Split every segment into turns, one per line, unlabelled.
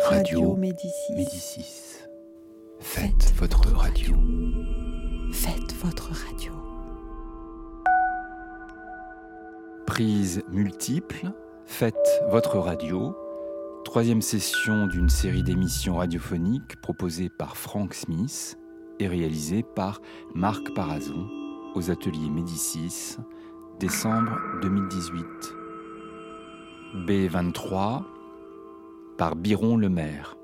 Radio
Médicis.
Médicis. Faites, votre radio.
Faites votre radio.
Prise multiple. Faites votre radio. Troisième session d'une série d'émissions radiophoniques proposée par Frank Smith et réalisée par Marc Parazon aux ateliers Médicis, décembre 2018. B23 par Biron Lemaire.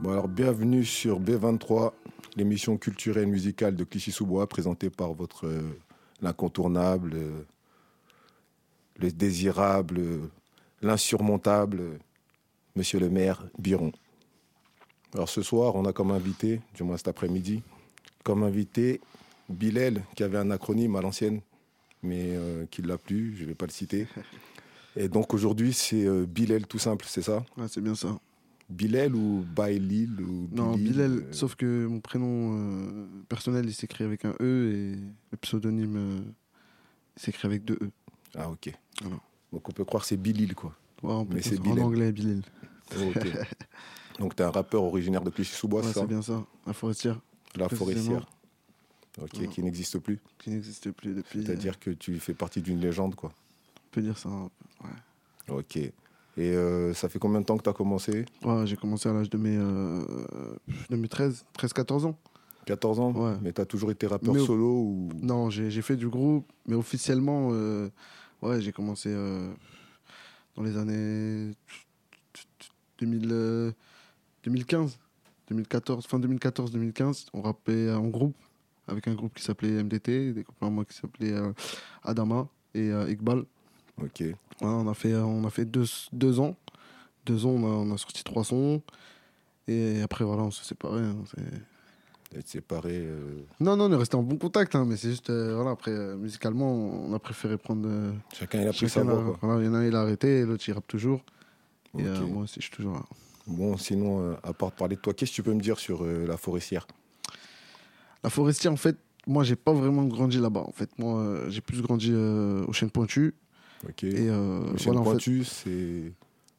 Bon alors bienvenue sur B23, l'émission culturelle et musicale de Clichy-sous-Bois présentée par votre euh, l'incontournable, euh, le désirable, euh, l'insurmontable euh, monsieur le maire Biron. Alors ce soir, on a comme invité, du moins cet après-midi, comme invité Bilel qui avait un acronyme à l'ancienne mais euh, qui l'a plus, je ne vais pas le citer. Et donc aujourd'hui, c'est euh, Bilel tout simple, c'est ça
Ouais, Ah, c'est bien ça.
Bilel ou Bailil ou
Non,
Bilil,
Bilal,
euh,
sauf que mon prénom euh, personnel, il s'écrit avec un E et le pseudonyme, euh, il s'écrit avec deux E.
Ah ok.
Voilà.
Donc on peut croire que c'est Bilil quoi.
Ouais, on peut
Mais c'est
dire
Bilal.
En anglais, Bilal.
Ok. Donc tu es un rappeur originaire de Clichy-sous-Bois,
Ouais,
c'est ça
c'est bien ça. La forestière
La
précisément.
forestière. Ok,
Ouais. euh,
qui n'existe plus.
qui n'existe plus depuis.
C'est-à-dire que tu fais partie d'une légende quoi.
euh, on peut dire ça. hein.
Ok. Et euh, ça fait combien de temps que tu as commencé
Ouais, j'ai commencé à l'âge de mes, euh, de mes 13, 13-14 ans.
14 ans
Ouais.
Mais tu as toujours été rappeur
Mais au-
solo ou...
Non, j'ai j'ai fait du groupe, mais officiellement, euh, ouais, j'ai commencé euh, dans les années 2000, euh, 2015, 2014, fin 2014-2015. On rappait en groupe, avec un groupe qui s'appelait MDT, des copains à moi qui s'appelaient euh, Adama et euh, Iqbal.
Ok.
Ouais, on a fait, euh, on a fait deux, deux ans. Deux ans, on a, on a sorti trois sons. Et après, voilà, on s'est séparés. hein, c'est-
Être séparé. euh,
Non, non, on est resté en bon contact, hein, mais c'est juste, euh, voilà, après, euh, musicalement, on a préféré prendre. euh,
Chacun il a pris sa
chacun
voix
a-
quoi.
voilà, il y en a un, il a arrêté, et l'autre, il rappe toujours. Et euh,
Ok.
moi aussi, je suis toujours là.
Bon, sinon, euh, à part parler de toi, qu'est-ce que tu peux me dire sur euh, la forestière
La Forestière, en fait, moi, j'ai pas vraiment grandi là-bas. En fait, moi, euh, j'ai plus grandi euh, aux Chênes Pointues.
Ok.
Et euh,
Le Chêne
voilà, en fait,
Pointu, c'est-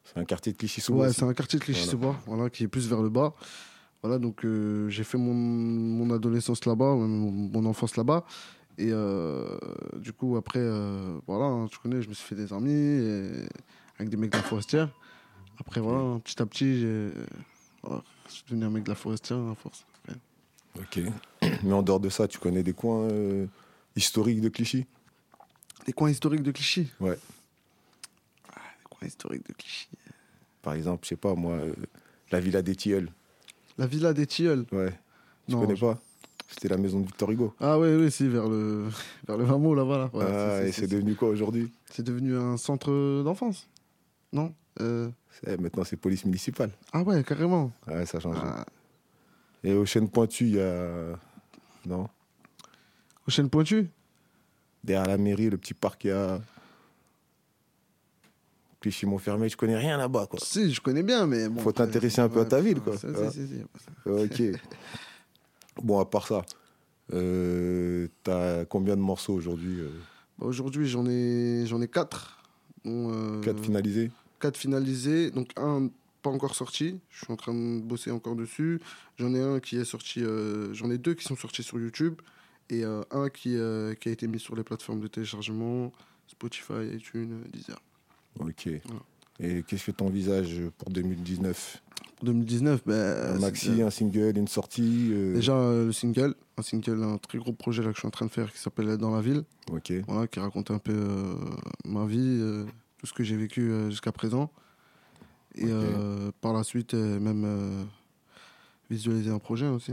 c'est un quartier de Clichy-sous-Bois.
Ouais,
aussi.
c'est un quartier de Clichy-sous-Bois, voilà. qui est plus vers le bas. Voilà, donc euh, j'ai fait mon, mon adolescence là-bas, mon, mon enfance là-bas. Et euh, du coup, après, euh, voilà, hein, tu connais, je me suis fait des amis et- avec des mecs de la forestière. Après, voilà, hein, petit à petit, j'ai- voilà, je suis devenu un mec de la forestière à force.
Ok. Mais en dehors de ça, tu connais des coins euh, historiques de Clichy
Des coins historiques de Clichy
Ouais.
Ah, des coins historiques de Clichy.
Par exemple, je sais pas, moi, euh, la villa des Tilleuls.
La villa des Tilleuls.
Ouais. Tu
Non,
connais
je-
pas C'était la maison de Victor Hugo.
Ah, oui, oui, si, vers le, vers le Hameau, là-bas. Là. Ouais,
ah,
si, si,
et
si,
c'est
si.
devenu quoi aujourd'hui
C'est devenu un centre d'enfance Non Euh,
C'est- Maintenant, c'est police municipale.
Ah ouais, carrément.
Ouais, ça change.
Ah,
Et au Chêne Pointu, il y a. Non
Aux chaînes pointues
Derrière la mairie, le petit parc, il y a. Clichy-Montfermeil, je connais rien là-bas, quoi.
Si, je connais bien, mais bon.
Faut
après,
t'intéresser un peu à ta ville, quoi.
Si,
Ouais.
si, si, si.
Ok. bon, à part ça, euh, t'as combien de morceaux aujourd'hui euh,
Bah, Aujourd'hui, j'en ai, j'en ai quatre. dont, euh,
Quatre finalisés
quatre finalisés. Donc un pas encore sorti. Je suis en train de bosser encore dessus. J'en ai un qui est sorti. euh, j'en ai deux qui sont sortis sur YouTube et euh, un qui, euh, qui a été mis sur les plateformes de téléchargement, Spotify, iTunes, Deezer.
Ok. Et qu'est-ce que t'envisages pour 2019
Pour 2019, bah,
Un
c'est-
maxi, un single, une sortie euh,
Déjà euh, le single, un single, un très gros projet là que je suis en train de faire qui s'appelle Dans la ville,
Ok.
voilà, qui raconte un peu euh, ma vie, euh, tout ce que j'ai vécu euh, jusqu'à présent. Et
Ok.
euh, par la suite, euh, même euh, visualiser un projet aussi.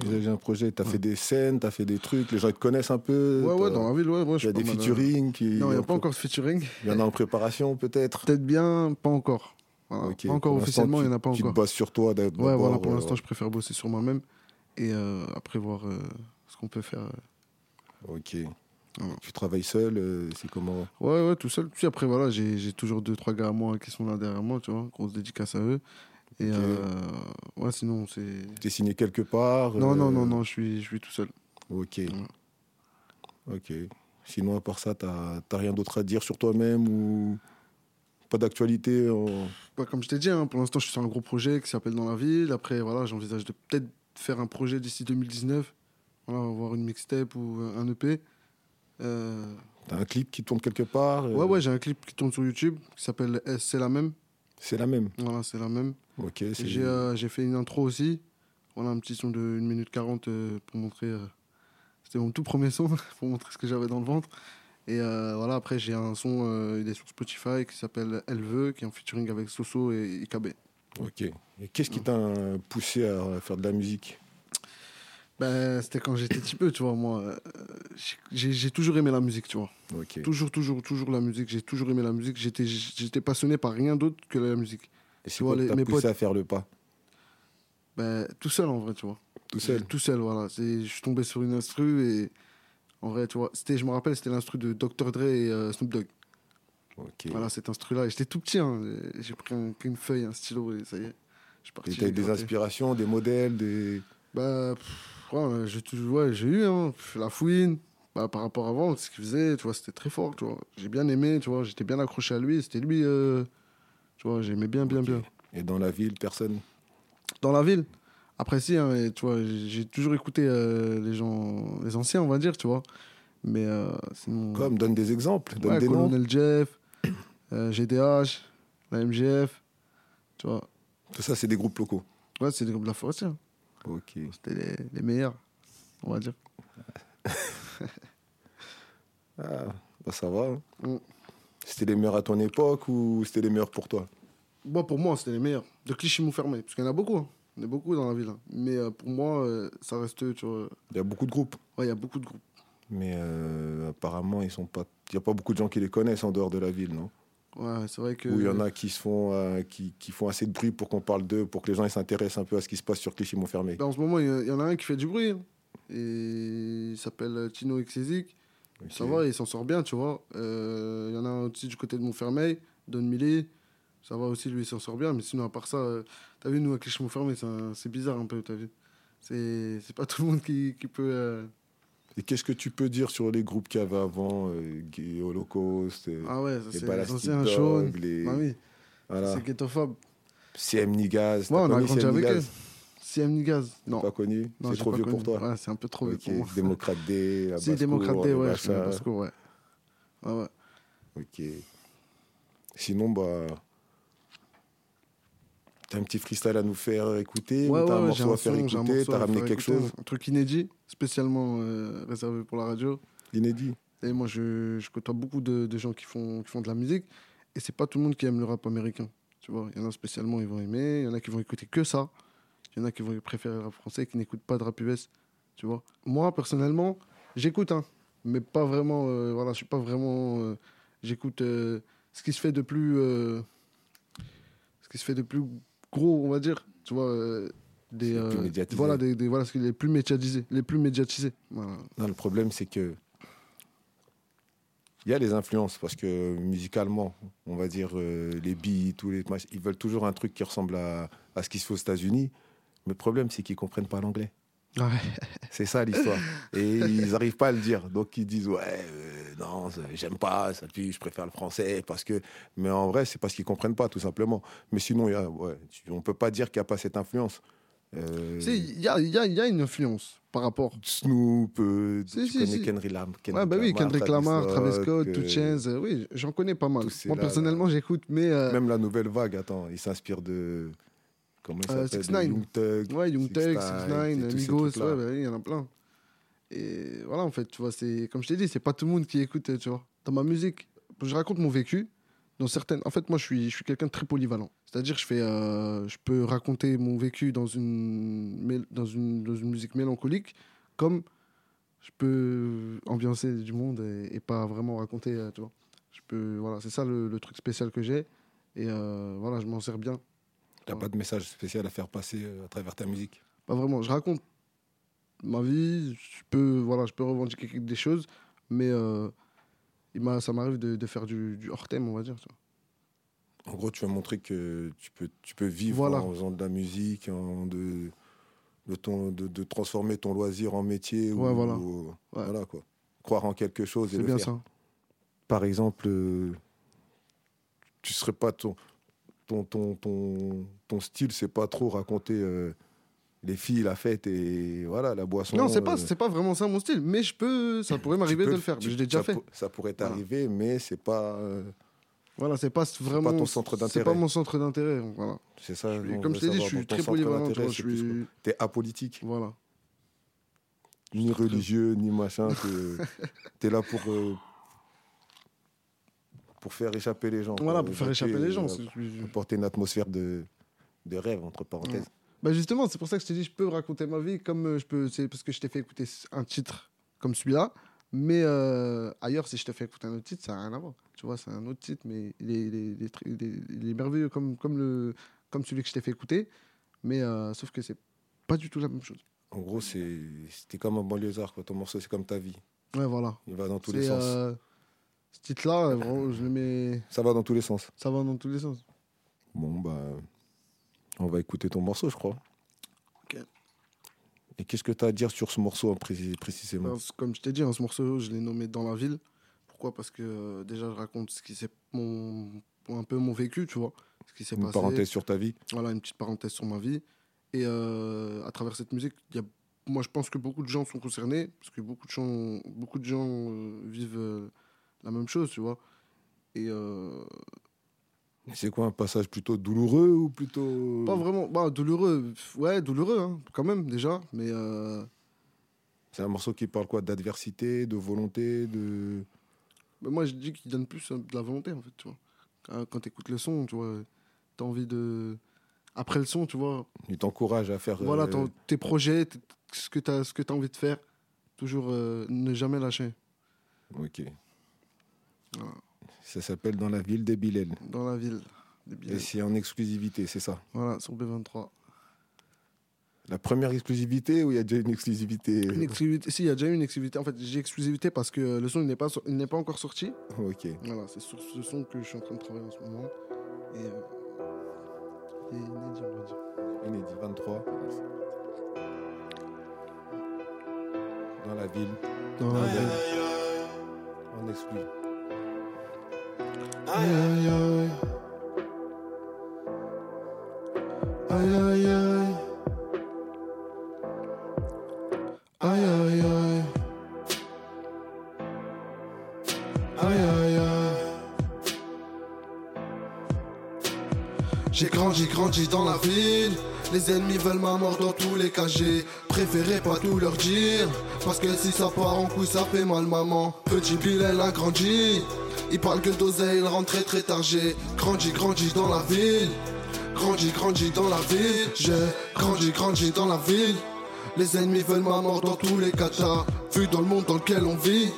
Envisager un projet, t'as
Ouais.
fait des scènes, t'as fait des trucs, les gens ils te connaissent un peu.
Ouais, ouais,
Euh, t'as-
dans la ville, ouais, ouais, je
Il y
suis
a
pas
des
mal, euh,
featuring qui.
Non, il n'y a pas encore de featuring.
Il y en a en préparation peut-être
Peut-être bien, pas encore. Voilà,
Ok.
Pas encore
Pour l'instant,
officiellement, il
tu-
n'y en a pas
Tu te
encore.
bases sur toi d'abord.
Ouais, voilà, pour
euh,
l'instant, je préfère bosser sur moi-même et euh, après voir euh, ce qu'on peut faire. euh,
Ok.
Voilà.
Tu travailles seul, euh, c'est comment
Ouais, ouais, tout seul. Puis après, voilà, j'ai j'ai toujours deux, trois gars à moi qui sont là derrière moi, tu vois. Grosse dédicace à eux. Et
Ok.
euh, ouais, sinon, c'est.
T'es signé quelque part
Non, non,
euh,
non, non, je suis, je suis tout seul.
Ok.
Voilà.
Ok. Sinon, à part ça, t'as t'as rien d'autre à dire sur toi-même ou Pas d'actualité euh, en-
Ouais, comme je t'ai dit, hein, pour l'instant, je suis sur un gros projet qui s'appelle Dans la ville. Après, voilà, j'envisage de peut-être faire un projet d'ici 2019. Voilà, voir une mixtape ou un EP. Euh,
T'as un clip qui tourne quelque part euh,
Ouais, ouais, j'ai un clip qui tourne sur YouTube qui s'appelle Eh, C'est la même.
C'est la même.
Voilà, c'est la même.
Ok,
Et
c'est
J'ai euh, j'ai fait une intro aussi. Voilà, un petit son de 1 minute 40 euh, pour montrer. euh, C'était mon tout premier son pour montrer ce que j'avais dans le ventre. Et euh, voilà, après, j'ai un son, euh, il est sur Spotify qui s'appelle Elle veut, qui est en featuring avec Soso et IKB.
Ok. Et qu'est-ce qui t'a poussé à faire de la musique
Ben, c'était quand j'étais petit peu, tu vois, moi. euh, j'ai j'ai toujours aimé la musique, tu vois.
Ok.
Toujours, toujours, toujours la musique. J'ai toujours aimé la musique. J'étais j'étais passionné par rien d'autre que la musique.
Et c'est
tu vois,
quoi qui
les-
t'a
mes
poussé
potes-
à faire le pas
Ben, tout seul, en vrai, tu vois.
Tout seul
Tout seul, voilà. C'est- Je suis tombé sur une instru et... En vrai, tu vois, c'était, je me rappelle, c'était l'instru de Dr. Dre et euh, Snoop Dogg.
Ok.
Voilà, cet instru-là. Et J'étais tout petit, hein. J'ai- J'ai pris un- qu'une feuille, un stylo et ça y est. Je suis parti.
Et t'as eu des
gratter.
inspirations, des modèles, des...
Bah, pff, ouais, j'ai tout- ouais, j'ai eu hein, Pff, la fouine. Bah, par rapport à avant, ce qu'il faisait, tu vois, c'était très fort, tu vois. J'ai bien aimé, tu vois, j'étais bien accroché à lui, c'était lui, euh, tu vois, j'aimais bien, bien,
Ok.
bien.
Et dans la ville, personne
Dans la ville, après si, hein, mais, tu vois, j'ai toujours écouté euh, les gens, les anciens, on va dire, tu vois. Mais euh, sinon,
Comme, donne des exemples, donne
ouais,
des noms.
Colonel Jeff, euh, GDH, la MGF, tu vois.
Tout ça, c'est des groupes locaux.
Ouais, c'est des groupes de la forêt, hein.
Ok.
c'était les, les meilleurs, on va dire.
Ah, bah ça va. hein.
Mm.
C'était les meilleurs à ton époque ou c'était les meilleurs pour toi
Moi, pour moi, c'était les meilleurs. De Clichy Montfermé, parce qu'il y en a beaucoup. hein. Il y en a beaucoup dans la ville. hein. Mais euh, pour moi, euh, ça reste, tu vois.
Il y a beaucoup de groupes,
Ouais, il y a beaucoup de groupes.
mais euh, apparemment, ils sont pas. Il n'y a pas beaucoup de gens qui les connaissent en dehors de la ville, non
Ouais, c'est vrai que.
Ou il y en a qui, se font, euh, qui, qui font assez de bruit pour qu'on parle d'eux, pour que les gens ils s'intéressent un peu à ce qui se passe sur Clichy-Montfermé.
Ben, en ce moment, il y a- il y en a un qui fait du bruit. hein. Et il s'appelle euh, Tino Exesic.
Ok.
Ça va, il s'en sort bien, tu vois. Euh, Il y en a un aussi du côté de Montfermeil, Don Millet. Ça va aussi, lui, il s'en sort bien. Mais sinon, à part ça, euh, t'as vu, nous, à Clichy Montfermé, c'est un- c'est bizarre un peu, t'as vu. C'est c'est pas tout le monde qui, qui peut. euh,
Et qu'est-ce que tu peux dire sur les groupes qu'il y avait avant euh, Gay Holocaust, euh,
Ah ouais, ça,
les
c'est les
Balastic
anciens
Dogs,
jaunes.
les...
Bah oui,
voilà.
c'est ghettophobe.
CM Nigaz.
Ouais,
t'as
on a
connu
grandi
CM
avec
Nigaz
eux. CM Gaz. Non.
Pas connu
non,
C'est
j'ai
trop
pas
vieux
connu.
pour toi
Ouais, c'est un peu trop vieux
Ok,
pour moi.
Démocrate D, la
Si,
basse-cour,
Démocrate Day,
le
ouais, je suis
machin.
parce que, ouais. Ah Ouais, ouais.
Ok. Sinon, bah. T'as un petit freestyle à nous faire écouter,
Ouais,
ou t'as
ouais,
un
ouais, j'ai
morceau à
son,
faire
j'ai un
écouter,
morceau
t'as
à
ramené
faire
quelque
écouter,
chose
Un truc inédit, spécialement euh, réservé pour la radio.
inédit.
Et moi, je, je côtoie beaucoup de, de gens qui font, qui font de la musique. Et c'est pas tout le monde qui aime le rap américain. Tu vois, il y en a spécialement, ils vont aimer. Il y en a qui vont écouter que ça. Il y en a qui vont préférer le rap français, qui n'écoutent pas de rap US. Tu vois. Moi, personnellement, j'écoute, hein, mais pas vraiment. euh, voilà, je suis pas vraiment. euh, j'écoute euh, ce qui se fait de plus. euh, ce qui se fait de plus gros, on va dire. Tu vois. euh, des,
C'est le plus
euh,
médiatisé.
voilà, des, des- voilà ce qui est les plus médiatisés. Les plus médiatisés. Voilà.
Non, le problème, c'est que. Il y a les influences, parce que musicalement, on va dire euh, les beats, tous les machins, ils veulent toujours un truc qui ressemble à, à ce qui se fait aux États-Unis. Mais le problème, c'est qu'ils comprennent pas l'anglais. C'est ça l'histoire. Et ils n'arrivent pas à le dire. Donc ils disent ouais, euh, non, ça- j'aime pas, ça pue, je préfère le français parce que. Mais en vrai, c'est parce qu'ils comprennent pas tout simplement. Mais sinon, il y a- ouais, tu- on peut pas dire qu'il n'y a pas cette influence. Euh,
Si, il y a, il y a- il y a une influence par rapport.
Snoop, euh,
Si,
tu
si,
connais
si.
Kendrick Lam- Kendrick Lamar,
Ouais, bah oui, Kendrick Lamar, Travis Scott,
euh,
Two Chainz, euh, oui, j'en connais pas mal.
tous ces
Moi,
là,
personnellement, j'écoute, mais. euh,
Même la nouvelle vague, attends, il s'inspire de. Comment il
Euh,
s'appelle
6ix9ine.
Young Thug.
ouais, Young
Six
Tech,
Nine,
6ix9ine,
et tous ces
Migos, ouais,
trucs-là.
bah oui, il y en a plein. Et voilà, en fait, tu vois, c'est. Comme je t'ai dit, c'est pas tout le monde qui écoute, euh, tu vois. Dans ma musique, je raconte mon vécu. Dans certaines. En fait, moi, je suis, je suis quelqu'un de très polyvalent. C'est-à-dire, je fais. euh, je peux raconter mon vécu dans une, mél- dans une, dans une musique mélancolique, comme je peux ambiancer du monde et, et pas vraiment raconter, euh, tu vois. Je peux. Voilà, c'est ça le, le truc spécial que j'ai. Et euh, voilà, je m'en sers bien.
T'as pas de message spécial à faire passer euh, à travers ta musique
pas vraiment. Je raconte ma vie, je peux, voilà, je peux revendiquer quelque- des choses, mais euh, il m'a- ça m'arrive de, de faire du, du hors-thème, on va dire. tu vois.
En gros, tu veux montrer que tu peux, tu peux vivre
Voilà.
en faisant de la musique, en de, de, ton- de- de transformer ton loisir en métier.
Ouais, voilà.
ou-
Ouais.
voilà, quoi. Croire en quelque chose et
C'est
le
bien
faire.
ça.
Par exemple, euh, tu serais pas ton ton ton ton, ton style, c'est pas trop raconter euh, les filles, la fête et voilà la boisson.
Non, c'est pas,
euh,
c'est pas vraiment ça mon style, mais je peux, ça pourrait
tu
m'arriver de
peux-
le faire.
tu-
je l'ai déjà
ça
fait.
pour- ça pourrait t'arriver, mais c'est pas euh,
Voilà, c'est pas vraiment.
ton centre d'intérêt.
C'est pas mon centre d'intérêt. donc Voilà.
c'est ça.
Et
on
comme
veut
je t'ai dit,
savoir, dans
je suis
ton
très
centre
polyvalent. Tu
d'intérêt,
vois,
c'est
je
plus
suis.
que- T'es apolitique,
Voilà.
ni religieux, ni machin. t'es- T'es là pour euh, pour faire échapper les gens.
Voilà,
quoi,
pour faire
évoquer,
échapper les gens.
euh,
c'est- je-
porter une atmosphère de, de rêve, entre parenthèses.
Bah justement, c'est pour ça que je t'ai dit, je peux raconter ma vie comme euh, je peux. C'est parce que je t'ai fait écouter un titre comme celui-là, mais euh, ailleurs, si je te fais écouter un autre titre, ça n'a rien à voir. Tu vois, c'est un autre titre, mais il est, il est- il est tr- il est- il est merveilleux comme, comme, le, comme celui que je t'ai fait écouter, mais euh, sauf que c'est pas du tout la même chose.
En gros, c'est c'était comme un banlieusard, quoi. Ton morceau, c'est comme ta vie.
Ouais, voilà.
Il va dans tous
C'est,
les sens.
euh, ce titre-là, euh, vraiment, je le mets.
Ça va dans tous les sens.
Ça va dans tous les sens.
Bon, bah, on va écouter ton morceau, je crois.
Ok.
Et qu'est-ce que tu as à dire sur ce morceau hein, précis- précisément
Enfin, c- comme je t'ai dit, hein, ce morceau, je l'ai nommé Dans la ville. Pourquoi Parce que euh, déjà, je raconte ce qui s'est. Mon... Un peu mon vécu, tu vois. Ce qui s'est
Une
passé.
parenthèse sur ta vie
Voilà, une petite parenthèse sur ma vie. Et euh, à travers cette musique, il y a... moi, je pense que beaucoup de gens sont concernés, parce que beaucoup de gens, beaucoup de gens euh, vivent euh, la même chose, tu vois. Et euh,
C'est quoi un passage plutôt douloureux ou plutôt.
pas vraiment. Bah, douloureux, ouais, douloureux, hein, quand même, déjà. Mais. euh,
C'est un morceau qui parle quoi D'adversité, de volonté, de.
Mais Bah, moi, je dis qu'il donne plus euh, de la volonté, en fait, tu vois. Quand, tu écoutes le son, tu vois, t'as envie de... Après le son, tu vois,
Il t'encourage à faire.
voilà,
euh,
ton- tes projets, t- ce que t'as, ce que t'as envie de faire, toujours euh, ne jamais lâcher.
Ok.
Voilà.
Ça s'appelle Dans la ville des Bilel.
Dans la ville, des billets.
Et c'est en exclusivité, c'est ça
Voilà, sur B23.
La première exclusivité ou il y a déjà une exclusivité
Une exclusivité, si, il y a déjà eu une exclusivité. En fait, j'ai exclusivité parce que euh, le son, il n'est pas, sor- il n'est pas encore sorti.
Ok.
Voilà, c'est sur ce son que je suis en train de travailler en ce moment. Et... euh, il est inédit, on va dire.
Inédit 23. Dans la ville.
Dans la ville.
En exclu.
Aïe aïe aïe. Aïe aïe aïe. Aïe aïe aïe. Aïe aïe aïe. J'ai grandi, grandi dans la ville. Les ennemis veulent ma mort dans tous les cas. J'ai préféré pas tout leur dire. Parce que si ça part en couille, ça fait mal, maman. Petit Bill, elle a grandi. Il parle que d'oseille, il rentre très très tard. J'ai grandi, grandi dans la ville. Grandi, grandi dans la ville. J'ai grandi, grandi dans la ville. Les ennemis veulent ma mort dans tous les cas. T'as vu dans le monde dans lequel on vit.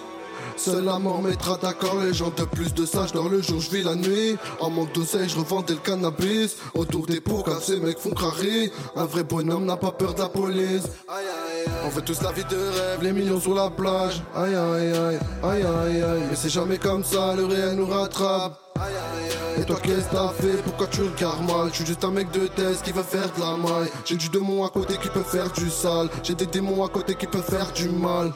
Seul la mort mettra d'accord les gens de plus de ça, je dors le jour, je vis la nuit En manque d'oseille, je revendais le cannabis Autour des pots, car ces mecs font crarer Un vrai bonhomme n'a pas peur de la police Aïe, aïe, aïe. On fait tous la vie de rêve, les millions sur la plage Aïe aïe aïe, aïe aïe aïe Mais c'est jamais comme ça, le réel nous rattrape Aïe, aïe, aïe. Et toi qu'est-ce que t'as fait Pourquoi tu regardes mal Je suis juste un mec de thèse qui veut faire de la maille J'ai du démon à côté qui peut faire du sale J'ai des démons à côté qui peuvent faire du mal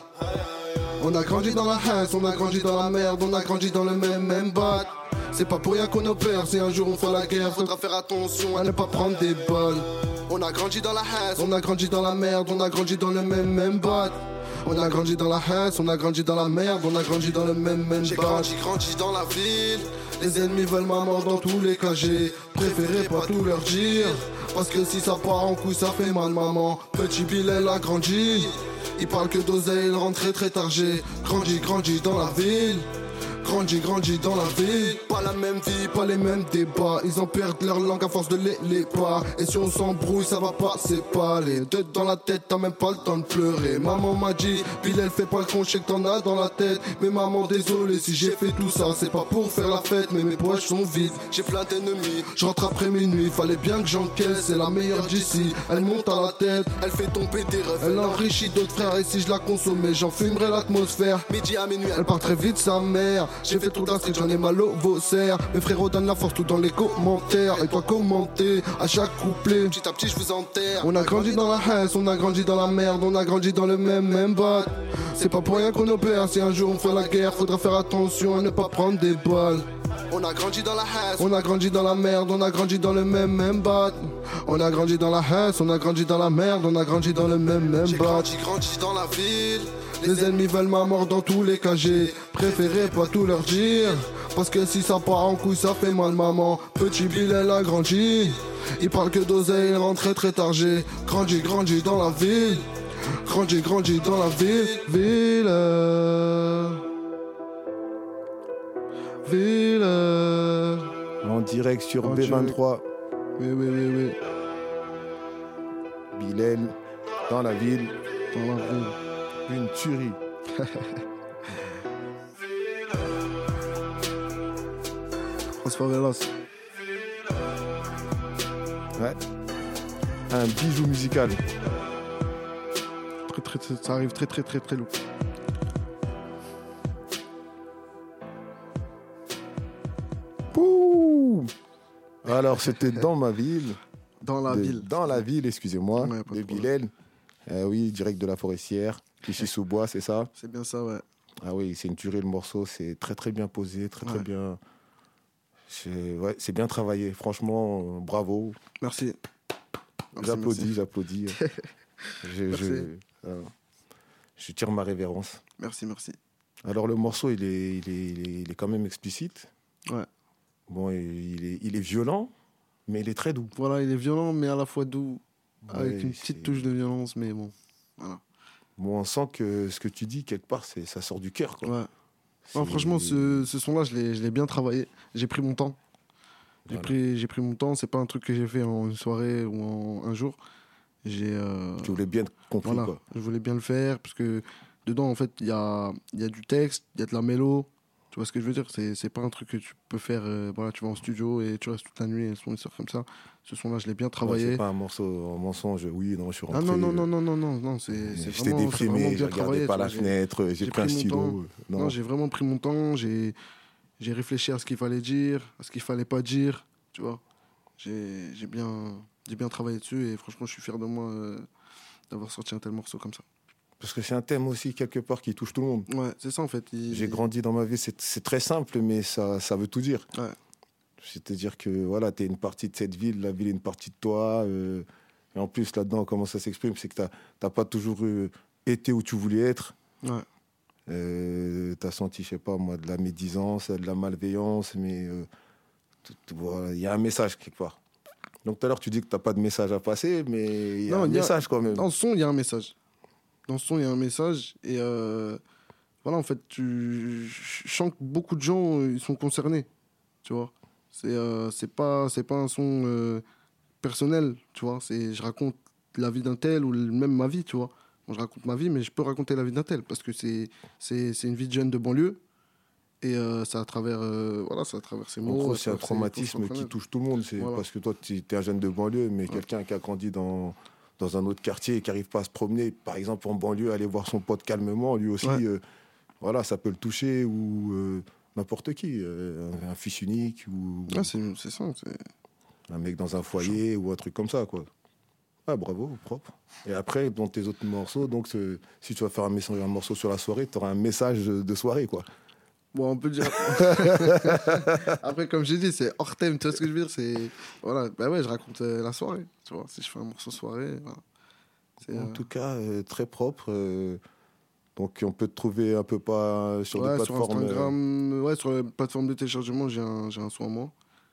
on a grandi dans la haine, on a grandi dans la merde, on a grandi dans le même même bac. C'est pas pour rien qu'on opère, si un jour on fera la guerre, faudra faire attention à ne pas prendre des balles. On a grandi dans la haine, on a grandi dans la merde, on a grandi dans le même même bac. On a grandi dans la haine, on a grandi dans la merde, on a grandi dans le même même J'ai grandi, grandi dans la ville. Les ennemis veulent ma mort dans tous les cas, j'ai préféré pas tout leur dire. Parce que si ça part en couille, ça fait mal, maman. Petit Bill, elle a grandi. Il parle que d'oseille, il rentre très très tard. J'ai grandi, grandi dans la ville. Grandi, grandi dans la ville. Pas la même vie, pas les mêmes débats. Ils en perdent leur langue à force de les, les pas. Et si on s'embrouille, ça va pas, c'est pas les deux dans la tête. T'as même pas le temps de pleurer. Maman m'a dit, Bill, elle fait pas le con, je sais que t'en as dans la tête. Mais maman, désolé si j'ai fait tout ça. C'est pas pour faire la fête, mais mes poches sont vides. J'ai plein d'ennemis. Je rentre après minuit, fallait bien que j'encaisse. C'est la meilleure d'ici. Elle monte à la tête, elle fait tomber des rêves. Elle enrichit d'autres frères et si je la consommais, j'en fumerais l'atmosphère. Midi à minuit, elle part très vite sa mère. J'ai fait tout l'instru, j'en ai mal au faussaire. Mes frérots donnent la force tout dans les commentaires. Et toi commenter à chaque couplet. Petit à petit, je vous enterre. On a grandi dans la haine, on a grandi dans la merde, on a grandi dans le même même bot. C'est pas pour rien qu'on opère. Si un jour on fera la guerre, faudra faire attention à ne pas prendre des balles.
On a grandi dans la haine.
On a grandi dans la merde, on a grandi dans le même même bat. On a grandi dans la haine, on a grandi dans la merde, on a grandi dans le même même
J'ai
bat.
grandi, grandi dans la ville.
Les ennemis veulent ma mort dans tous les cas, j'ai préféré pas tout leur dire. Parce que si ça part en couille, ça fait mal, maman. Petit Bill, elle a grandi. Il parle que d'oseille, il rentre très, très tard. J'ai grandi, grandi dans la ville. Grandi, grandi dans la ville, ville. euh. Ville. euh.
En direct sur
En
B23,
Oui, oui, oui, oui.
Bilal, dans la ville,
Dans la ville.
une tuerie.
Los Favelas.
Ouais. Un bijou musical.
Très, très, très- ça arrive très, très, très, très lourd.
Pouh Alors, c'était dans ma ville.
Dans la
de-
ville.
Dans la ville, excusez-moi,
Ouais, pas de
de
problème.
Bilal. Euh, oui, direct de la forestière, Clichy-sous-Bois, c'est ça
C'est bien ça, ouais.
Ah oui, c'est une tuerie le morceau, c'est très très bien posé, très très
Ouais.
bien. C'est ouais, c'est bien travaillé, franchement, euh, bravo.
Merci. Merci,
J'applaudis, j'applaudis. je,
Merci.
je, euh, je tire ma révérence.
Merci, merci.
Alors le morceau, il est, il est, il est, il est quand même explicite.
Ouais.
Bon, et il est, il est violent, mais il est très doux.
Voilà, il est violent, mais à la fois doux.
Ouais,
Ah, avec une
c'est-
petite touche de violence, mais bon.
Bon, on sent que ce que tu dis, quelque part, c'est- ça sort du cœur. quoi.
Ouais. Non,
C'est-
franchement, ce, ce son-là, je l'ai je l'ai bien travaillé. J'ai pris mon temps. J'ai
Voilà.
pris, j'ai pris mon temps. C'est pas un truc que j'ai fait en une soirée ou en un jour. J'ai. euh,
Tu voulais bien compris,
Voilà,
quoi.
je voulais bien le faire parce que dedans, en fait, il y a, il y a du texte, il y a de la mélo. Tu vois ce que je veux dire C'est c'est pas un truc que tu peux faire. euh, voilà, tu vas en studio et tu restes toute la nuit et le son il sort comme ça. Ce son-là, je l'ai bien
Ouais,
travaillé.
c'est pas un morceau en mensonge. Oui, non, je suis
ah
rentré.
non, non, non,
euh,
non, non, non, non, c'est
J'étais
c'est vraiment, c'est vraiment
déprimé, je
bien travaillé.
regardais pas
tu vois,
la
j'ai-
fenêtre, j'ai pris un
pris mon
stylo.
Non,
Non,
j'ai vraiment pris mon temps, j'ai j'ai réfléchi à ce qu'il fallait dire, à ce qu'il fallait pas dire, tu vois. J'ai j'ai bien, j'ai bien travaillé dessus et franchement, je suis fier de moi euh, d'avoir sorti un tel morceau comme ça.
Parce que c'est un thème aussi, quelque part, qui touche tout le monde.
Ouais, c'est ça en fait. il-
J'ai grandi dans ma vie, c'est c'est très simple, mais ça, ça veut tout dire.
Ouais.
C'est-à-dire que voilà, tu es une partie de cette ville, la ville est une partie de toi. euh, et en plus, là-dedans, comment ça s'exprime C'est que tu n'as pas toujours euh, été où tu voulais être.
Ouais.
tu as senti, je sais pas moi, de la médisance, de la malveillance, mais euh, tout- tout- voilà, il y a un message quelque part. Donc tout à l'heure, tu dis que tu n'as pas de message à passer, mais il y a
Non,
un
il y a-
message quand même.
Dans le son, il y a un message. Dans le son, il y a un message. Et euh, voilà, en fait, tu... je sens que beaucoup de gens euh, ils sont concernés. Tu vois C'est euh, c'est pas, c'est pas un son euh, personnel. Tu vois C'est- Je raconte la vie d'un tel ou même ma vie. Tu vois Bon, je raconte ma vie, mais je peux raconter la vie d'un tel parce que c'est c'est c'est une vie de jeune de banlieue. Et euh, ça à travers euh, voilà, ça à travers ses mots.
En gros,
à
c'est un
travers ses
traumatisme
réponses, son
qui
problème.
touche tout le monde. C'est
Voilà.
parce que toi, tu es un jeune de banlieue, mais quelqu'un qui a grandi dans, dans un autre quartier et qui n'arrive pas à se promener, par exemple en banlieue, aller voir son pote calmement, lui aussi,
Ouais.
euh, voilà, ça peut le toucher ou euh, n'importe qui, euh, un- un fils unique ou
Ouais, c'est- c'est ça. c'est-
un mec dans un foyer ou un truc comme ça, quoi. Ah, bravo, propre. Et après, dans tes autres morceaux, donc ce- si tu vas faire un, message, un morceau sur la soirée, tu auras un message de soirée, quoi.
Bon, on peut dire. Après, comme j'ai dit, c'est hors thème, tu vois ce que je veux dire C'est. Voilà, bah ouais, je raconte euh, la soirée, tu vois. Si je fais un morceau soirée, voilà. C'est,
En
euh,
tout cas, euh, très propre. euh, donc, on peut te trouver un peu pas sur des
ouais, sur
plateformes. euh,
Instagram, ouais, sur les plateformes de téléchargement, j'ai un, j'ai un son à moi,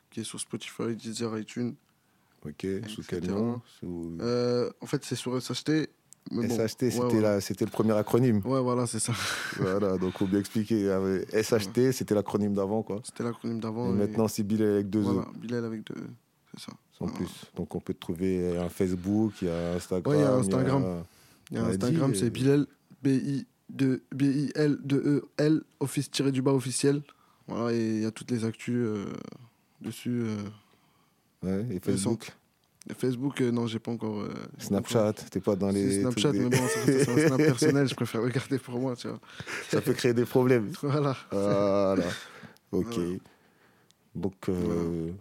qui est sur Spotify, Deezer, iTunes.
euh, ok, sous quel
etc.
nom sous-
Euh, en fait, c'est sur SHT. Mais bon,
SHT,
ouais,
c'était
voilà.
la- c'était le premier acronyme.
Ouais, voilà, c'est ça.
voilà, donc, on bien expliquer. hein, mais SHT, c'était l'acronyme d'avant, quoi.
C'était l'acronyme
Et
d'avant. et
maintenant, c'est Bill avec deux
voilà,
E,
Bilal avec deux. C'est ça.
en plus. Donc, on peut te trouver euh, un Facebook, il y a Instagram.
Ouais, il y a Instagram. Il y a
On a
Instagram,
dit,
c'est
euh,
Bilal, B-I, de, B-I-L, de E-L, office tiré du bas E, officiel. Voilà, et il y a toutes les actus euh, dessus. euh.
ouais, et Facebook,
Et Facebook, euh, non, j'ai pas encore. euh,
Snapchat, t'es pas dans
encore-
les.
C'est Snapchat,
trucs
mais
des-
bon, ça, ça, c'est un Snap personnel, je préfère le garder pour moi, tu vois.
Ça peut créer des problèmes.
Voilà.
Voilà. Ok.
Voilà.
Donc. euh,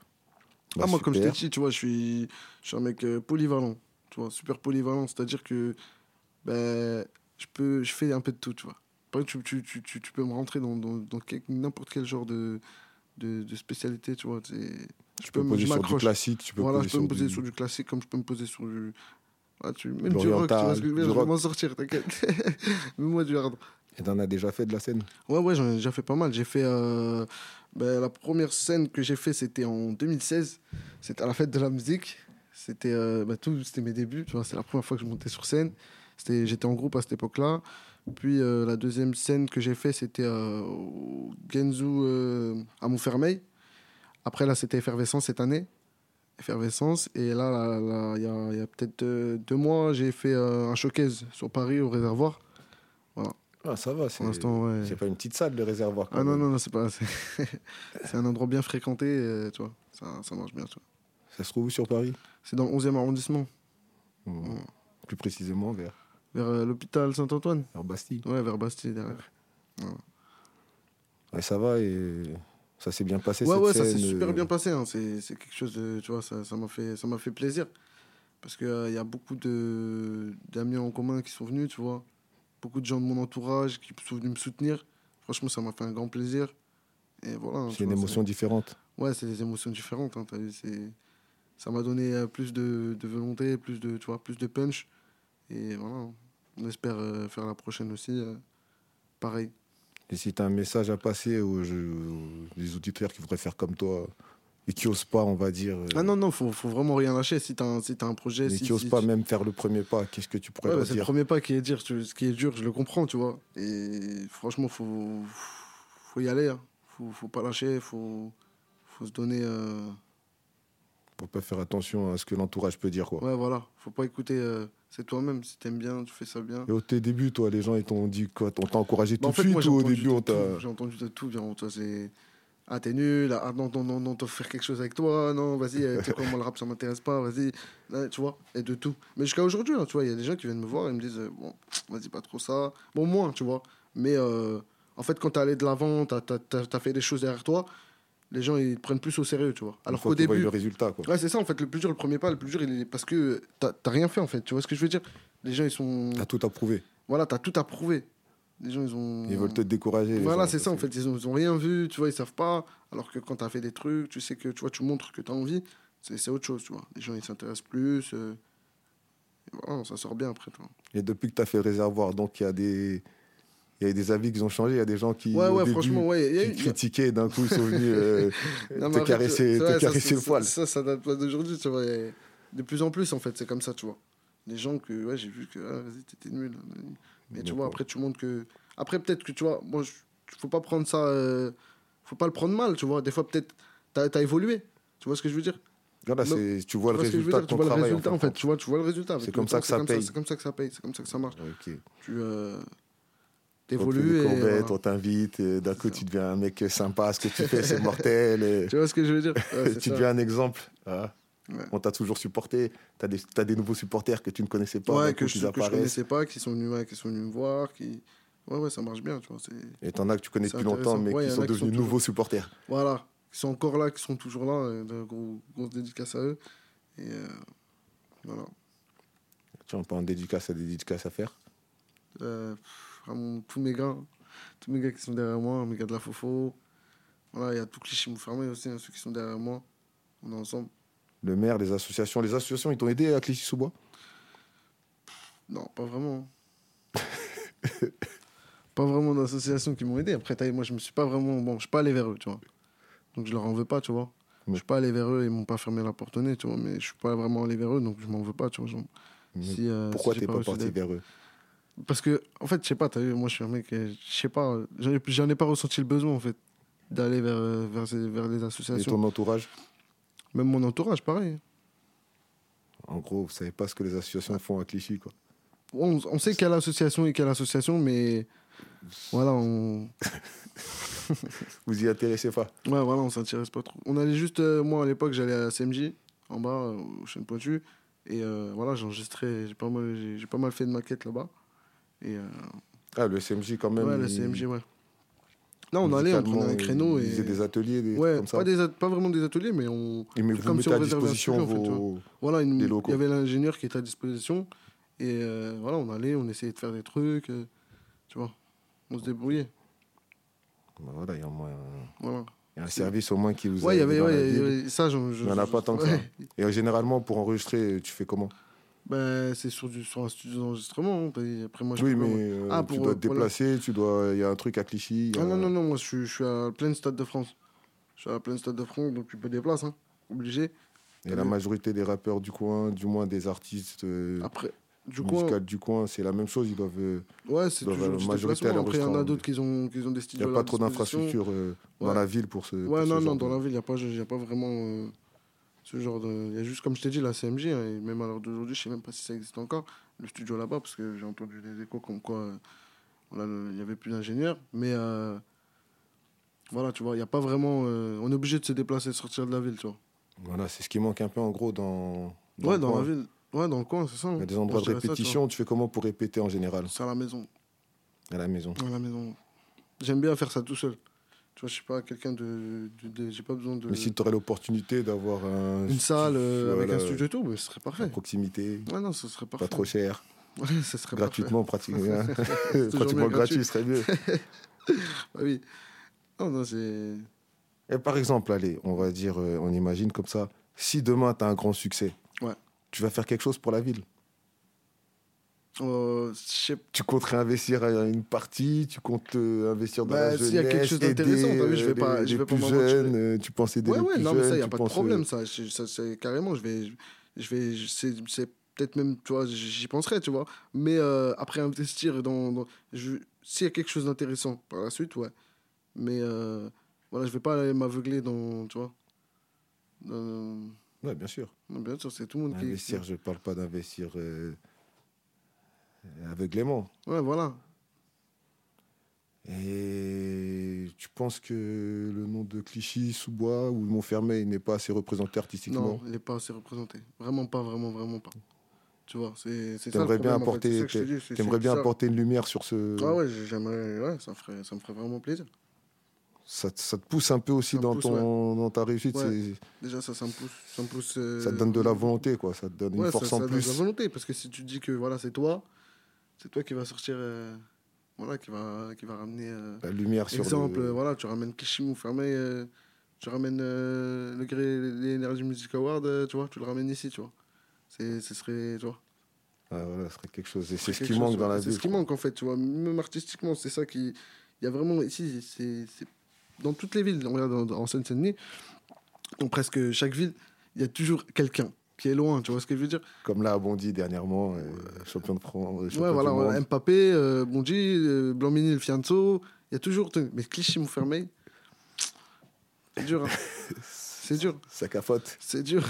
bah,
ah, moi, comme je t'ai
super.
dit, tu vois, je suis, je suis un mec euh, polyvalent, tu vois, super polyvalent, c'est-à-dire que ben, je, peux, je fais un peu de tout, tu vois. Par exemple, tu, tu, tu, tu, tu peux me rentrer dans, dans, dans quel- n'importe quel genre de, de, de spécialité, tu vois. c'est-
Tu
peux
peux
me-
poser
je
sur du
m'accroche.
classique, tu peux
voilà,
poser
je peux me
sur
poser
du...
sur du classique comme je peux me poser sur du. Ah, tu... Même du rock, tu
L'oriental,
vois ce que je veux
du
dire, je vais
rock.
m'en sortir, t'inquiète. Même moi, du hard.
Et t'en as déjà fait de la scène
Ouais, ouais, j'en ai déjà fait pas mal. J'ai fait. euh, ben, la première scène que j'ai fait, c'était en 2016. C'était à la fête de la musique. C'était euh, ben, tout, c'était mes débuts. Tu vois, c'est la première fois que je montais sur scène. C'était, j'étais en groupe à cette époque-là. Puis euh, la deuxième scène que j'ai fait, c'était euh, au Genzu euh, à Montfermeil. Après, là, c'était Effervescence cette année. Effervescence. Et là, là, là, il y a, il y a peut-être euh, deux mois, j'ai fait euh, un showcase sur Paris au réservoir.
Ah, ça va,
Pour l'instant, ouais.
pas une petite salle de réservoir.
Ah non, non, non, c'est pas. C'est c'est un endroit bien fréquenté, euh, tu vois. Ça, ça marche bien, tu vois.
Ça se trouve où sur Paris
C'est dans le 11e arrondissement, Mm.
Ou Plus précisément vers,
vers euh, l'hôpital Saint-Antoine.
vers Bastille.
Ouais, vers Bastille, derrière.
Ouais, ça va et ça s'est bien passé
Ouais,
cette
ouais, ça s'est
scène, euh,
super bien passé. hein. C'est c'est quelque chose de. Tu vois, ça ça m'a fait, ça m'a fait plaisir. Parce qu'il y a beaucoup de- d'amis en commun qui sont venus, tu vois. Beaucoup de gens de mon entourage qui sont venus me soutenir. Franchement, ça m'a fait un grand plaisir. Et voilà. hein, tu
C'est une
vois,
émotion différente.
Ouais, c'est des émotions différentes. hein, t'as vu, c'est- ça m'a donné euh, plus de, de volonté, plus de, tu vois, plus de punch. Et voilà, hein. on espère euh, faire la prochaine aussi. euh, pareil.
Et si tu as un message à passer aux, jeux- aux- les auditeurs qui voudraient faire comme toi et qui osent pas, on va dire, euh,
Ah non, non, faut, faut vraiment rien lâcher. Si t'as un, si t'as un projet,
mais
si,
qui osent
si
pas
tu-
même faire le premier pas, qu'est-ce que tu pourrais
Ouais, bah,
leur
c'est le
dire
premier pas qui est dur. tu- ce qui est dur, je le comprends, tu vois. Et franchement, faut, faut y aller. hein. Faut, faut pas lâcher. Faut, faut se donner. euh,
Pour pas faire attention à ce que l'entourage peut dire. Quoi.
Ouais, voilà. Faut pas écouter. euh, c'est toi-même. Si t'aimes bien, tu fais ça bien.
Et au tes débuts, toi, les gens, ils t'ont dit quoi On t'a encouragé
Bah,
tout de suite
moi, j'ai
ou au
entendu
début,
de
on t'a.
tout, J'ai entendu de tout. bien, toi, c'est. Ah, t'es nul. Ah, non, non, non, non, t'as faire quelque chose avec toi. Non, vas-y, euh, tu sais quoi, moi, le rap, ça m'intéresse pas. Vas-y. Là, Tu vois, et de tout. Mais jusqu'à aujourd'hui, hein, tu vois, il y a des gens qui viennent me voir et me disent, euh, bon, vas-y, pas trop ça. Bon, moins, tu vois. Mais euh, en fait, quand t'es allé de l'avant, t'as t'as- t'as- t'as fait des choses derrière toi, les gens, ils te prennent plus au sérieux, tu vois. Alors
Une fois
qu'au
qu'ils voient
début.
le résultat, quoi.
Ouais, c'est ça, en fait, le plus dur, le premier pas, le plus dur, il est parce que t'as t'as rien fait, en fait. Tu vois ce que je veux dire Les gens, ils sont.
T'as tout approuvé.
Voilà, t'as tout à prouver. Les gens, ils ont.
Ils veulent te décourager. les
Mmh. Voilà,
gens,
c'est ça en
parce
fait. Ils ont, ils ont rien vu, tu vois, ils savent pas. Alors que quand tu as fait des trucs, tu sais que tu vois, tu montres que tu as envie, c'est c'est autre chose, tu vois. Les gens, ils s'intéressent plus. euh, et voilà, ça sort bien après, tu vois.
que- Et depuis que t'as fait le réservoir, donc il y a des. Il y a des avis qui ont changé, il y a des gens qui.
Ouais,
au
ouais,
début,
franchement, ouais. il y a eu-
qui critiquaient, d'un coup, ils sont venus euh,
Non, mais
te
arrête,
caresser,
c'est vrai,
te
ça,
caresser
c'est-
le poil.
Ça, ça date pas d'aujourd'hui, tu vois. et de plus en plus, en fait, c'est comme ça, tu vois. Les gens que, ouais, j'ai vu que, ah, vas-y, t'étais nul. Mais tu vois, après, tu montres que. Après, peut-être que, tu vois, moi, je- faut pas prendre ça. euh, Faut pas le prendre mal, tu vois. Des fois, peut-être, t'as t'as évolué. Tu vois ce que je veux dire
Voilà,
Non.
c'est- tu vois le
Tu vois ce que je veux
résultat de
dire Tu
ton
vois le
travail.
résultat, en fait. Tu vois, tu vois le résultat. avec
C'est
le
comme
temps,
ça que ça paye.
C'est comme ça que ça paye. C'est comme ça que ça marche.
Ok.
Tu euh,
T'évolues.
t'évolues et voilà.
on t'invite, et d'un
C'est
coup,
ça.
tu deviens un mec euh, sympa, ce que tu fais, c'est mortel. et-
Tu vois ce que je veux dire Ouais, c'est
tu
ça.
deviens un exemple. hein.
Ouais.
On t'a toujours supporté. Tu as, des nouveaux supporters que tu ne connaissais pas. d'un
Ouais,
coup,
que
ils
je, que je
apparaissent.
connaissais pas, qui sont venus, ouais, qui sont venus me voir, qui. Ouais, ouais, ça marche bien, tu vois. c'est-
Et t'en as que tu connais
C'est
depuis longtemps,
intéressant.
mais
Ouais, y
qui
en
sont
a qui
devenus
sont toujours-
nouveaux supporters.
Voilà, qui sont encore là, qui sont toujours là. euh, de gros, grosse dédicace à eux. Et euh, voilà.
Tu vois, on parle en dédicace à des dédicaces à faire.
Euh, pff, vraiment, tous mes gars, tous mes gars qui sont derrière moi, mes gars de la Fofo. Voilà, il y a tout Clichy Montfermé aussi, hein, ceux qui sont derrière moi. On est ensemble.
Le maire, les associations. Les associations, ils t'ont aidé à Clichy-sous-Bois
Non, pas vraiment. pas vraiment d'associations qui m'ont aidé. Après, t'as vu, moi, je me suis pas vraiment. Bon, je suis pas allé vers eux, tu vois. Donc, je leur en veux pas, tu vois.
Mais-
Je suis pas allé vers eux, ils m'ont pas fermé la porte au nez, tu vois. Mais je suis pas vraiment allé vers eux, donc je m'en veux pas, tu vois. genre.
Mais
Si, euh,
Pourquoi
si j'ai
t'es pas
reçu
parti
d'aide.
vers eux
Parce que, en fait, je sais pas, t'as vu, moi, je suis un mec, euh, je sais pas, euh, j'en ai, j'en ai pas ressenti le besoin, en fait, d'aller vers, euh, vers, ces- vers les
Et
associations.
ton entourage
Même mon entourage, pareil.
En gros, vous savez pas ce que les associations font à Clichy. Quoi.
On, on sait quelle association et quelle association, mais voilà, on, ouais,
Vous y intéressez pas.
voilà, on s'intéresse pas trop. On allait juste, euh, moi, à l'époque, j'allais à la CMJ, en bas, euh, au Chêne Pointu, et euh, voilà, j'enregistrais, j'ai pas, mal- j'ai- j'ai pas mal fait de maquettes là-bas. Et euh,
Ah, le CMJ quand même.
ouais, la
ils-
CMJ, ouais. Là, on allait, on
musicalement,
prenait un créneau
Ils
et.
faisaient des ateliers, des trucs
Ouais,
comme ça.
pas, des at- pas vraiment des ateliers, mais on.
Et Mais
c'est
vous
comme si
mettez
on
à
réservait un
disposition
studio, en fait, tu
vos.
Voilà, une-
Des locaux.
il y avait l'ingénieur qui était à disposition. Et euh, voilà, on allait, on essayait de faire des trucs. euh, tu vois, on se débrouillait.
Bah Voilà, il y a au moins un-
Voilà.
Il y a un service au moins qui vous
Ouais, il y
aide
avait
dans la
ouais,
ville.
il y avait- ça. j'en- je-
Il n'y en a
je-
pas tant que
ouais.
ça. Et euh, généralement, pour enregistrer, tu fais comment
Ben, c'est sur, du, sur un studio d'enregistrement. hein, t'as- Après, moi, je
Oui,
peux pas,
mais
moi.
euh,
Ah,
tu
pour-
dois te
pour la-
déplacer, tu dois... il y a un truc à Clichy. il y a
Ah non,
un-
non, non, moi, je, suis- je suis à plein stade de France. Je suis à plein stade de France, donc tu peux des places, hein, obligé.
Et la majorité des rappeurs du coin, du moins des artistes euh,
Après, Ah, du
musicaux
coin,
du coin, c'est la même chose. Ils doivent. euh,
ouais, c'est
doivent
toujours
la
du
majorité
déplacement.
à
Après, il y en a
l'enregistrement.
d'autres qui ont, qui ont des
Il n'y
studios
a
à
pas
leur
trop
disposition.
d'infrastructures euh, dans
Ouais.
la ville pour ce.
Ouais, non, non, dans la ville, il n'y a, pas- y a pas vraiment euh, ce genre de. Il y a juste, comme je t'ai dit, la CMG, hein, et même à l'heure d'aujourd'hui, je ne sais même pas si ça existe encore, le studio là-bas, parce que j'ai entendu des échos comme quoi euh, voilà, le- il n'y avait plus d'ingénieurs. Mais euh, voilà, tu vois, il n'y a pas vraiment. euh, on est obligé de se déplacer, de sortir de la ville, tu vois.
Voilà, c'est ce qui manque un peu en gros dans.
ouais,
le
dans
coin.
la ville. Ouais, dans le coin, c'est ça. hein.
Il y a des endroits de répétition. tu fais comment pour répéter en général
C'est à la maison.
à la maison
À la maison. J'aime bien faire ça tout seul. Tu vois, je suis pas quelqu'un de. de- de- j'ai pas besoin de.
Mais si tu aurais l'opportunité d'avoir un
Euh, une salle euh, avec un
voilà,
studio et tout, mais ce serait
à
parfait.
proximité,
Ouais, non, ce serait parfait.
pas trop cher,
Ouais, ce serait
gratuitement pratiquement,
toujours
pratiquement
mieux
gratuit,
gratuit.
ce serait mieux.
parfait. Ah oui. Non, non, c'est.
Et par exemple, allez, on va dire, euh, on imagine comme ça, si demain tu as un grand succès,
Ouais.
tu vas faire quelque chose pour la ville.
Euh, je sais pas.
Tu comptes réinvestir euh, une partie, tu comptes euh, investir dans la
Bah,
jeunesse,
s'il y a quelque chose
aider,
d'intéressant, t'as vu, je
euh,
vais pas-
les,
je
les
vais pas
plus
m'aventurer.
jeunes, euh, tu penses aider
Ouais,
les
ouais,
plus
non,
jeunes.
mais ça, il n'y a
tu
pas de
penses, euh,
problème, ça. Je- ça, c'est carrément, je vais. Je vais je- c'est c'est peut-être même, tu vois, j'y penserai, tu vois. Mais euh, après, investir dans. dans- je- S'il y a quelque chose d'intéressant par la suite, ouais. Mais euh, voilà, je vais pas aller m'aveugler dans. Tu vois. dans-
Ouais, bien sûr.
non, bien sûr, c'est tout le monde qui.
Investir, je parle pas d'investir euh, aveuglément.
Ouais, voilà.
Et tu penses que le nom de Clichy, Sous-Bois ou Montfermeil n'est pas assez représenté artistiquement
Non, il n'est pas assez représenté. Vraiment pas, vraiment, vraiment pas. Tu vois, c'est c'est ça le
T'aimerais bien
problème, en fait.
apporter,
C'est ça que je te dis, c'est-
t'aimerais
c'est
bien
ça.
apporter une lumière sur ce.
Ah ouais, j'ai- j'aimerais, ouais, ça, ferait, ça me ferait vraiment plaisir.
ça, te- ça te pousse un peu aussi
Ça me
dans,
pousse,
ton, dans ta réussite.
Ouais. Déjà, ça, ça me pousse. Ça, me pousse,
c'est-
euh,
Ça te donne de la volonté, quoi. Ça te donne une
ouais,
force
ça,
en
ça donne de la
plus.
volonté, parce que si tu dis que voilà, c'est toi, c'est toi qui va sortir, euh, voilà, qui va, qui va ramener. euh,
La lumière sur
exemple,
le...
euh, voilà, tu ramènes Kishimou fermé, euh, tu ramènes euh, le gré, les Energy Music Awards, euh, tu vois, tu le ramènes ici, tu vois. C'est, ce serait, tu vois.
Ah, voilà, ce serait quelque chose. Et c'est ce
quelque
qui
chose,
manque dans
ouais.
la
C'est
vie.
ce qui manque en fait, tu vois. Même artistiquement, c'est ça qui. Il y a vraiment. Ici, c'est. c'est- Dans toutes les villes, on regarde en- en Seine-Saint-Denis, dans presque chaque ville, il y a toujours quelqu'un qui est loin, tu vois ce que je veux dire
Comme là, Bondi dernièrement, euh, champion de France. euh, champion
Ouais,
du
voilà,
monde.
on a Mbappé, euh, Bondy, euh, Blanc-Ménil, Fianzo, il y a toujours. Mais Clichy, Montfermeil, c'est dur, hein. c'est dur,
ça capote.
c'est dur.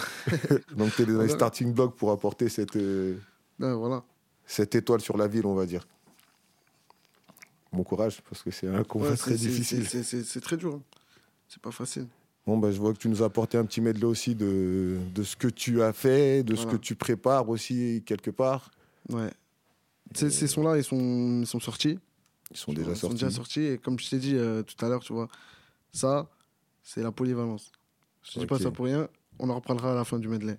Donc, tu es dans les
Voilà.
starting blocks pour apporter cette, euh,
Ouais, voilà.
cette étoile sur la ville, on va dire. Bon courage, parce que c'est un combat
Ouais,
très
c'est- c'est-
difficile.
c'est- C'est c'est très dur, hein. c'est pas facile.
Bon, bah, je vois que tu nous as apporté un petit medley aussi de, de ce que tu as fait, de ce
Voilà.
que tu prépares aussi quelque part.
Ouais. Ces, ces sons-là, ils sont, ils sont sortis.
Ils sont
Tu vois,
déjà
Ils sont
sortis.
déjà sortis. Et comme je t'ai dit euh, tout à l'heure, tu vois, ça, c'est la polyvalence. Je te dis pas
Ok.
ça pour rien. On en reprendra à la fin du medley.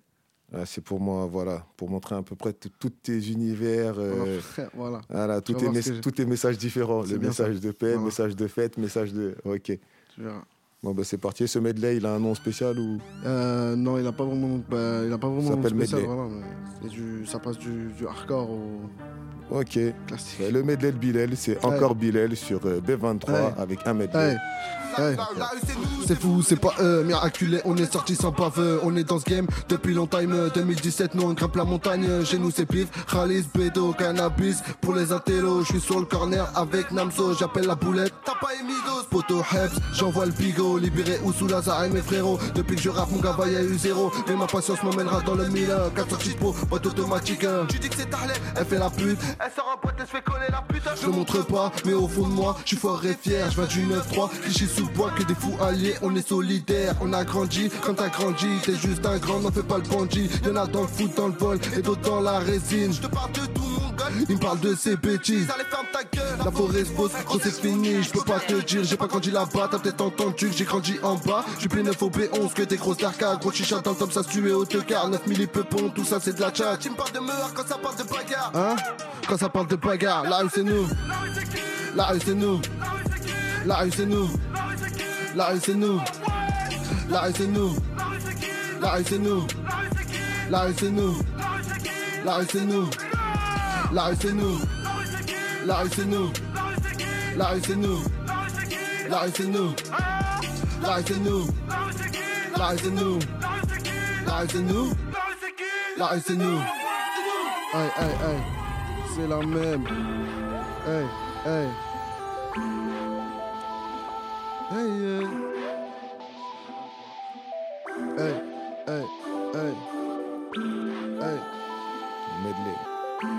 Ah, c'est pour moi, voilà, pour montrer à peu près tout- tous tes univers,
On en
euh,
fera- voilà.
voilà, tous,
vas
tes
voir ce
mes-
que j'ai.
tous tes messages différents.
C'est
Le
bien ça.
message de paix, le
Voilà.
message de fête, message de. Ok.
Tu verras.
Bon, bah, c'est parti. Ce medley, il a un nom spécial ou.
Euh, non, il a pas vraiment. bah, il a pas
Ça
vraiment. de
s'appelle
spécial,
medley.
voilà, mais c'est du- ça passe du, du hardcore au
Ok.
classique.
Bah, le medley de Bilal, c'est
Ouais.
encore Bilal sur euh, B23
Ouais.
avec un medley.
Ouais. Ouais.
La- la rue, c'est nous,
C'est fou, c'est pas eux, miraculé, on est sorti sans pave, euh, on est dans ce game depuis longtemps, euh, 2017, nous on grimpe la montagne, euh, chez nous c'est pif, Khalis, Bédo, Cannabis, pour les intellos, je suis sur le corner avec Namso, j'appelle la boulette,
T'as pas émis d'os
Poto Heps, j'envoie le bigot, libéré ou sous la et mes frérots. Depuis que je rappe, mon gava y a eu zéro. Mais ma patience m'emmènera dans le mille. 400 cheat pro, boîte automatique. hein.
Tu dis que c'est tarlé
Elle fait la pute,
Elle sort en boîte, elle se fait coller la putain
je le montre pas, mais au fond de moi, je suis fort et fier. Je viens du 9-3, cliché sous le bois, que des fous alliés. On est solidaires, on a grandi. Quand t'as grandi, t'es juste un grand, n'en fais pas le bandit. Y'en a dans le foot, dans le vol, et d'autres dans la résine.
Je te parle de tout mon gueule
Il me parle de ses bêtises.
Allez ferme ta gueule
La forêt se pose, gros c'est fini, je peux pas te dire, j'ai pas grandi là-bas, t'as peut-être entendu que j'ai grandi en bas. J'suis plus 9 au B11 que des grosses larcas, gros chicha dans le top, ça se tue au te car 9000 et peu bon, tout ça c'est de la tchat.
Tu me parles de meurtre quand ça parle de bagarre
Hein Quand ça parle de bagarre, la rue c'est nous, la rue c'est nous, la rue c'est nous,
La rue c'est nous. La rue c'est nous. La rue c'est nous. La rue c'est nous. La rue c'est nous. La rue c'est nous. La rue c'est nous. La rue c'est nous. La rue c'est nous. La rue c'est nous. La rue c'est nous. La rue c'est nous. La rue c'est nous.
Aïe, aïe, aïe. C'est la même. Aïe, aïe. Aïe, aïe. Aïe, aïe, aïe. Aïe.
Medley.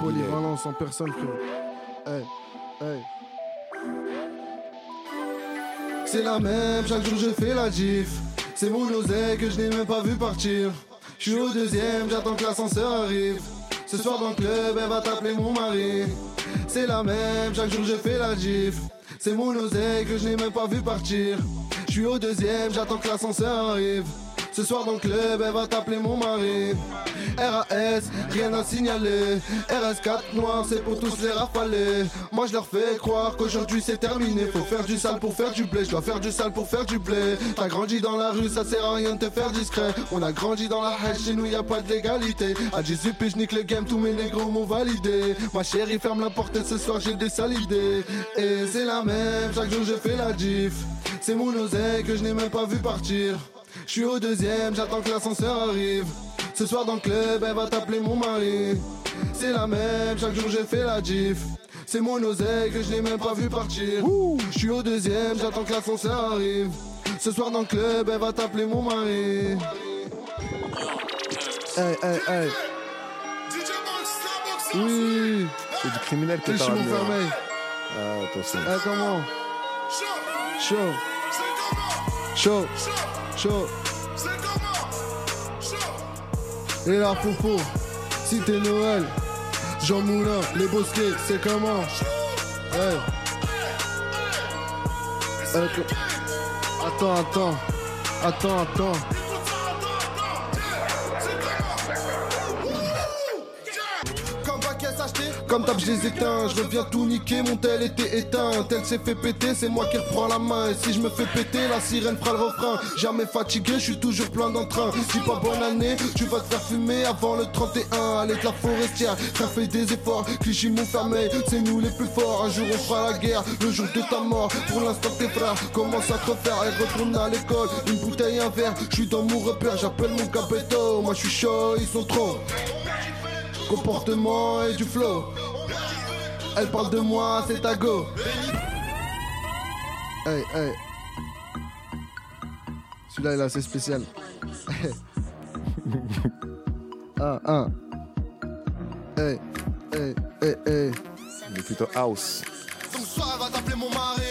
Polyvalence en personne, frérot. Aïe, aïe.
C'est la même, chaque jour je fais la gif. C'est mon oseille que je n'ai même pas vu partir. Je suis au deuxième, j'attends que l'ascenseur arrive. Ce soir dans le club, elle va t'appeler mon mari. C'est la même, chaque jour je fais la gif. C'est mon oseille que je n'ai même pas vu partir. Je suis au deuxième, j'attends que l'ascenseur arrive. Ce soir dans le club, elle va t'appeler mon mari. RAS, rien à signaler. RS4 noir, c'est pour tous les rafaler. Moi je leur fais croire qu'aujourd'hui c'est terminé. Faut faire du sale pour faire du blé. Je dois faire du sale pour faire du blé. T'as grandi dans la rue, ça sert à rien de te faire discret. On a grandi dans la hache, chez nous y a pas de légalité. À 18 piges, nique le game, tous mes négros m'ont validé. Ma chérie, ferme la porte, ce soir j'ai des sales idées. Et c'est la même, chaque jour je fais la diff. C'est mon oseille que je n'ai même pas vu partir. Je suis au deuxième, j'attends que l'ascenseur arrive. Ce soir dans le club, elle va t'appeler mon mari. C'est la même, chaque jour j'ai fait la gif. C'est mon oseille que je n'ai même pas vu partir. Je suis au deuxième, j'attends que l'ascenseur arrive. Ce soir dans le club, elle va t'appeler mon mari.
Aïe, aïe, aïe. Oui.
C'est du criminel que
Les
t'as
chevaux
ramené. hein.
fermés.
Ah, attention.
Aïe, comment Chaud. Chaud. Chaud.
Et la foufou, cité Noël, Jean Moulin, les bosquets, c'est comment Hey.
Aïe, co- Attends, attends. Attends, attends.
Comme paquet s'acheté, comme tape, je les éteins. Je reviens tout niquer, mon tel était éteint. Un Tel s'est fait péter, c'est moi qui reprends la main. Et si je me fais péter, la sirène fera le refrain. Jamais fatigué, je suis toujours plein d'entrain. Si pas bonne année, tu vas te faire fumer avant le 31. Allez, de la forestière, ça fait des efforts. Clichy, mon fermeil, c'est nous les plus forts. Un jour, on fera la guerre, le jour de ta mort. Pour l'instant, tes frères commencent à te refaire. Et retourne à l'école, une bouteille, un verre. Je suis dans mon repère, j'appelle mon capéto. Moi, je suis chaud, ils sont trop comportement et du flow. Elle parle de moi, c'est ta go.
Aïe, aïe. Celui-là, il est assez spécial. ah, ah. Aïe, aïe, aïe, aïe.
Mais plutôt house.
Ce soir, elle va t'appeler mon mari.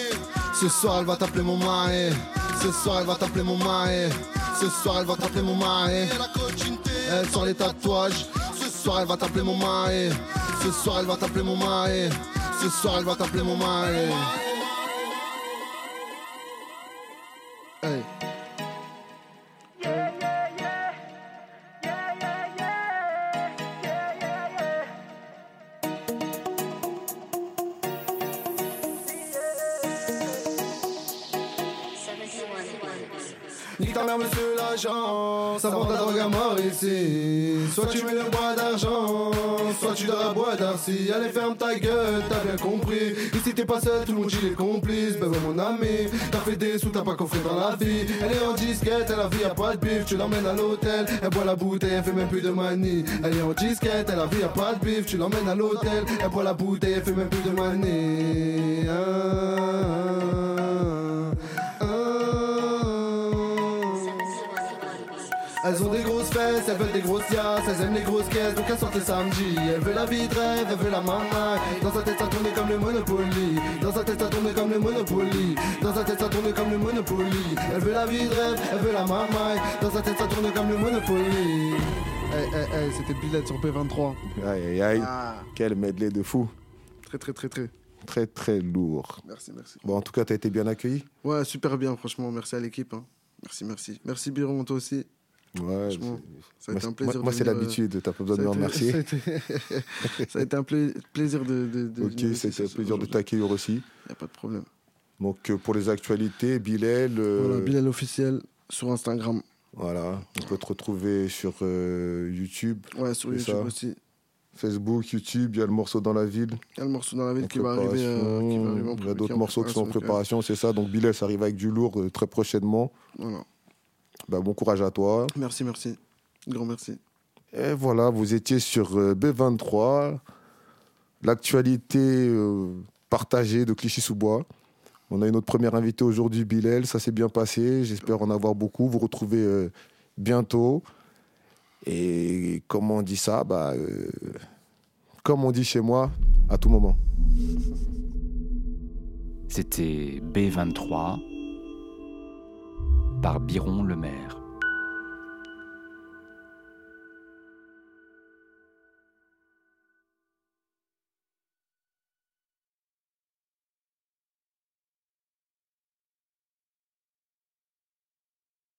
Ce soir, elle va t'appeler mon mari. Ce soir, elle va t'appeler mon mari. Ce soir, elle va t'appeler mon mari. Elle sort les tatouages. Ce soir, elle va t'appeler mon mari. Ce soir, elle va t'appeler mon mari. Ce soir, elle va t'appeler mon mari.
Aïe.
Nique ta mère, monsieur l'agent. Ça vend ta drogue à mort ici. Soit tu mets le bois d'argent, soit tu dors à bois d'arcy. Allez, ferme ta gueule, t'as bien compris. Ici, t'es pas seul, tout le monde dit les complices. Ben ouais, mon ami, t'as fait des sous, t'as pas coffré dans la vie. Elle est en disquette, elle a vie, y'a pas de bif. Tu l'emmènes à l'hôtel, elle boit la bouteille, elle fait même plus de manie. Elle est en disquette, elle a vie, y'a pas de bif. Tu l'emmènes à l'hôtel, elle boit la bouteille, elle fait même plus de manie. Ah, ah, ah. Elles ont des grosses fesses, elles veulent des grosses yasses, elles aiment les grosses caisses, donc elles sortent le samedi. Elles veulent la vie de rêve, elles veulent la maman. Dans sa tête, ça tourne comme le Monopoly. Dans sa tête, ça tourne comme le Monopoly. Dans sa tête, ça tourne comme le Monopoly. Elles veulent la vie de rêve, elles veulent la maman. Dans sa tête, ça tourne comme le Monopoly.
Aïe, aïe, aïe. C'était Billet sur P23.
Aïe, aïe, aïe.
Ah.
Quel medley de fou.
Très, très, très, très.
Très, très lourd.
Merci, merci.
Bon, en tout cas, t'as été bien accueilli.
Ouais, super bien, franchement. Merci à l'équipe. hein. Merci, merci. Merci, Biron, toi aussi.
Ouais.
Franchement,
c'est-
ça a été
moi,
un plaisir
moi- moi,
de
c'est
venir, euh,
l'habitude. T'as pas
Ça
besoin
a
de me
été-
remercier.
ça a été- Ça a été un pla- plaisir de. de, de
Ok, c'était un plaisir de t'accueillir aussi.
Il n'y a pas de problème.
Donc euh, pour les actualités, Bilal, euh,
Voilà, Bilal officiel sur Instagram.
voilà, on peut te retrouver sur euh, YouTube,
Ouais, sur
C'est
YouTube
ça.
aussi.
Facebook, YouTube, il y a le morceau dans la ville.
Il y a le morceau dans la ville
en
qui va, arriver, euh,
préparation.
qui va arriver en
il y a
pré-
d'autres
en
morceaux qui sont en
préparation,
préparation, c'est ça. Donc Bilal, ça arrive avec du lourd euh, très prochainement.
donc, euh, voilà.
Bah, bon courage à toi.
Merci, merci. Grand merci.
Et voilà, vous étiez sur euh, B23, l'actualité euh, partagée de Clichy-sous-Bois. On a eu notre première invitée aujourd'hui, Bilal. Ça s'est bien passé. J'espère en avoir beaucoup. Vous retrouvez euh, bientôt. Et comment on dit ça bah, euh, Comme on dit chez moi, à tout moment.
C'était B23 par Biron Lemaire.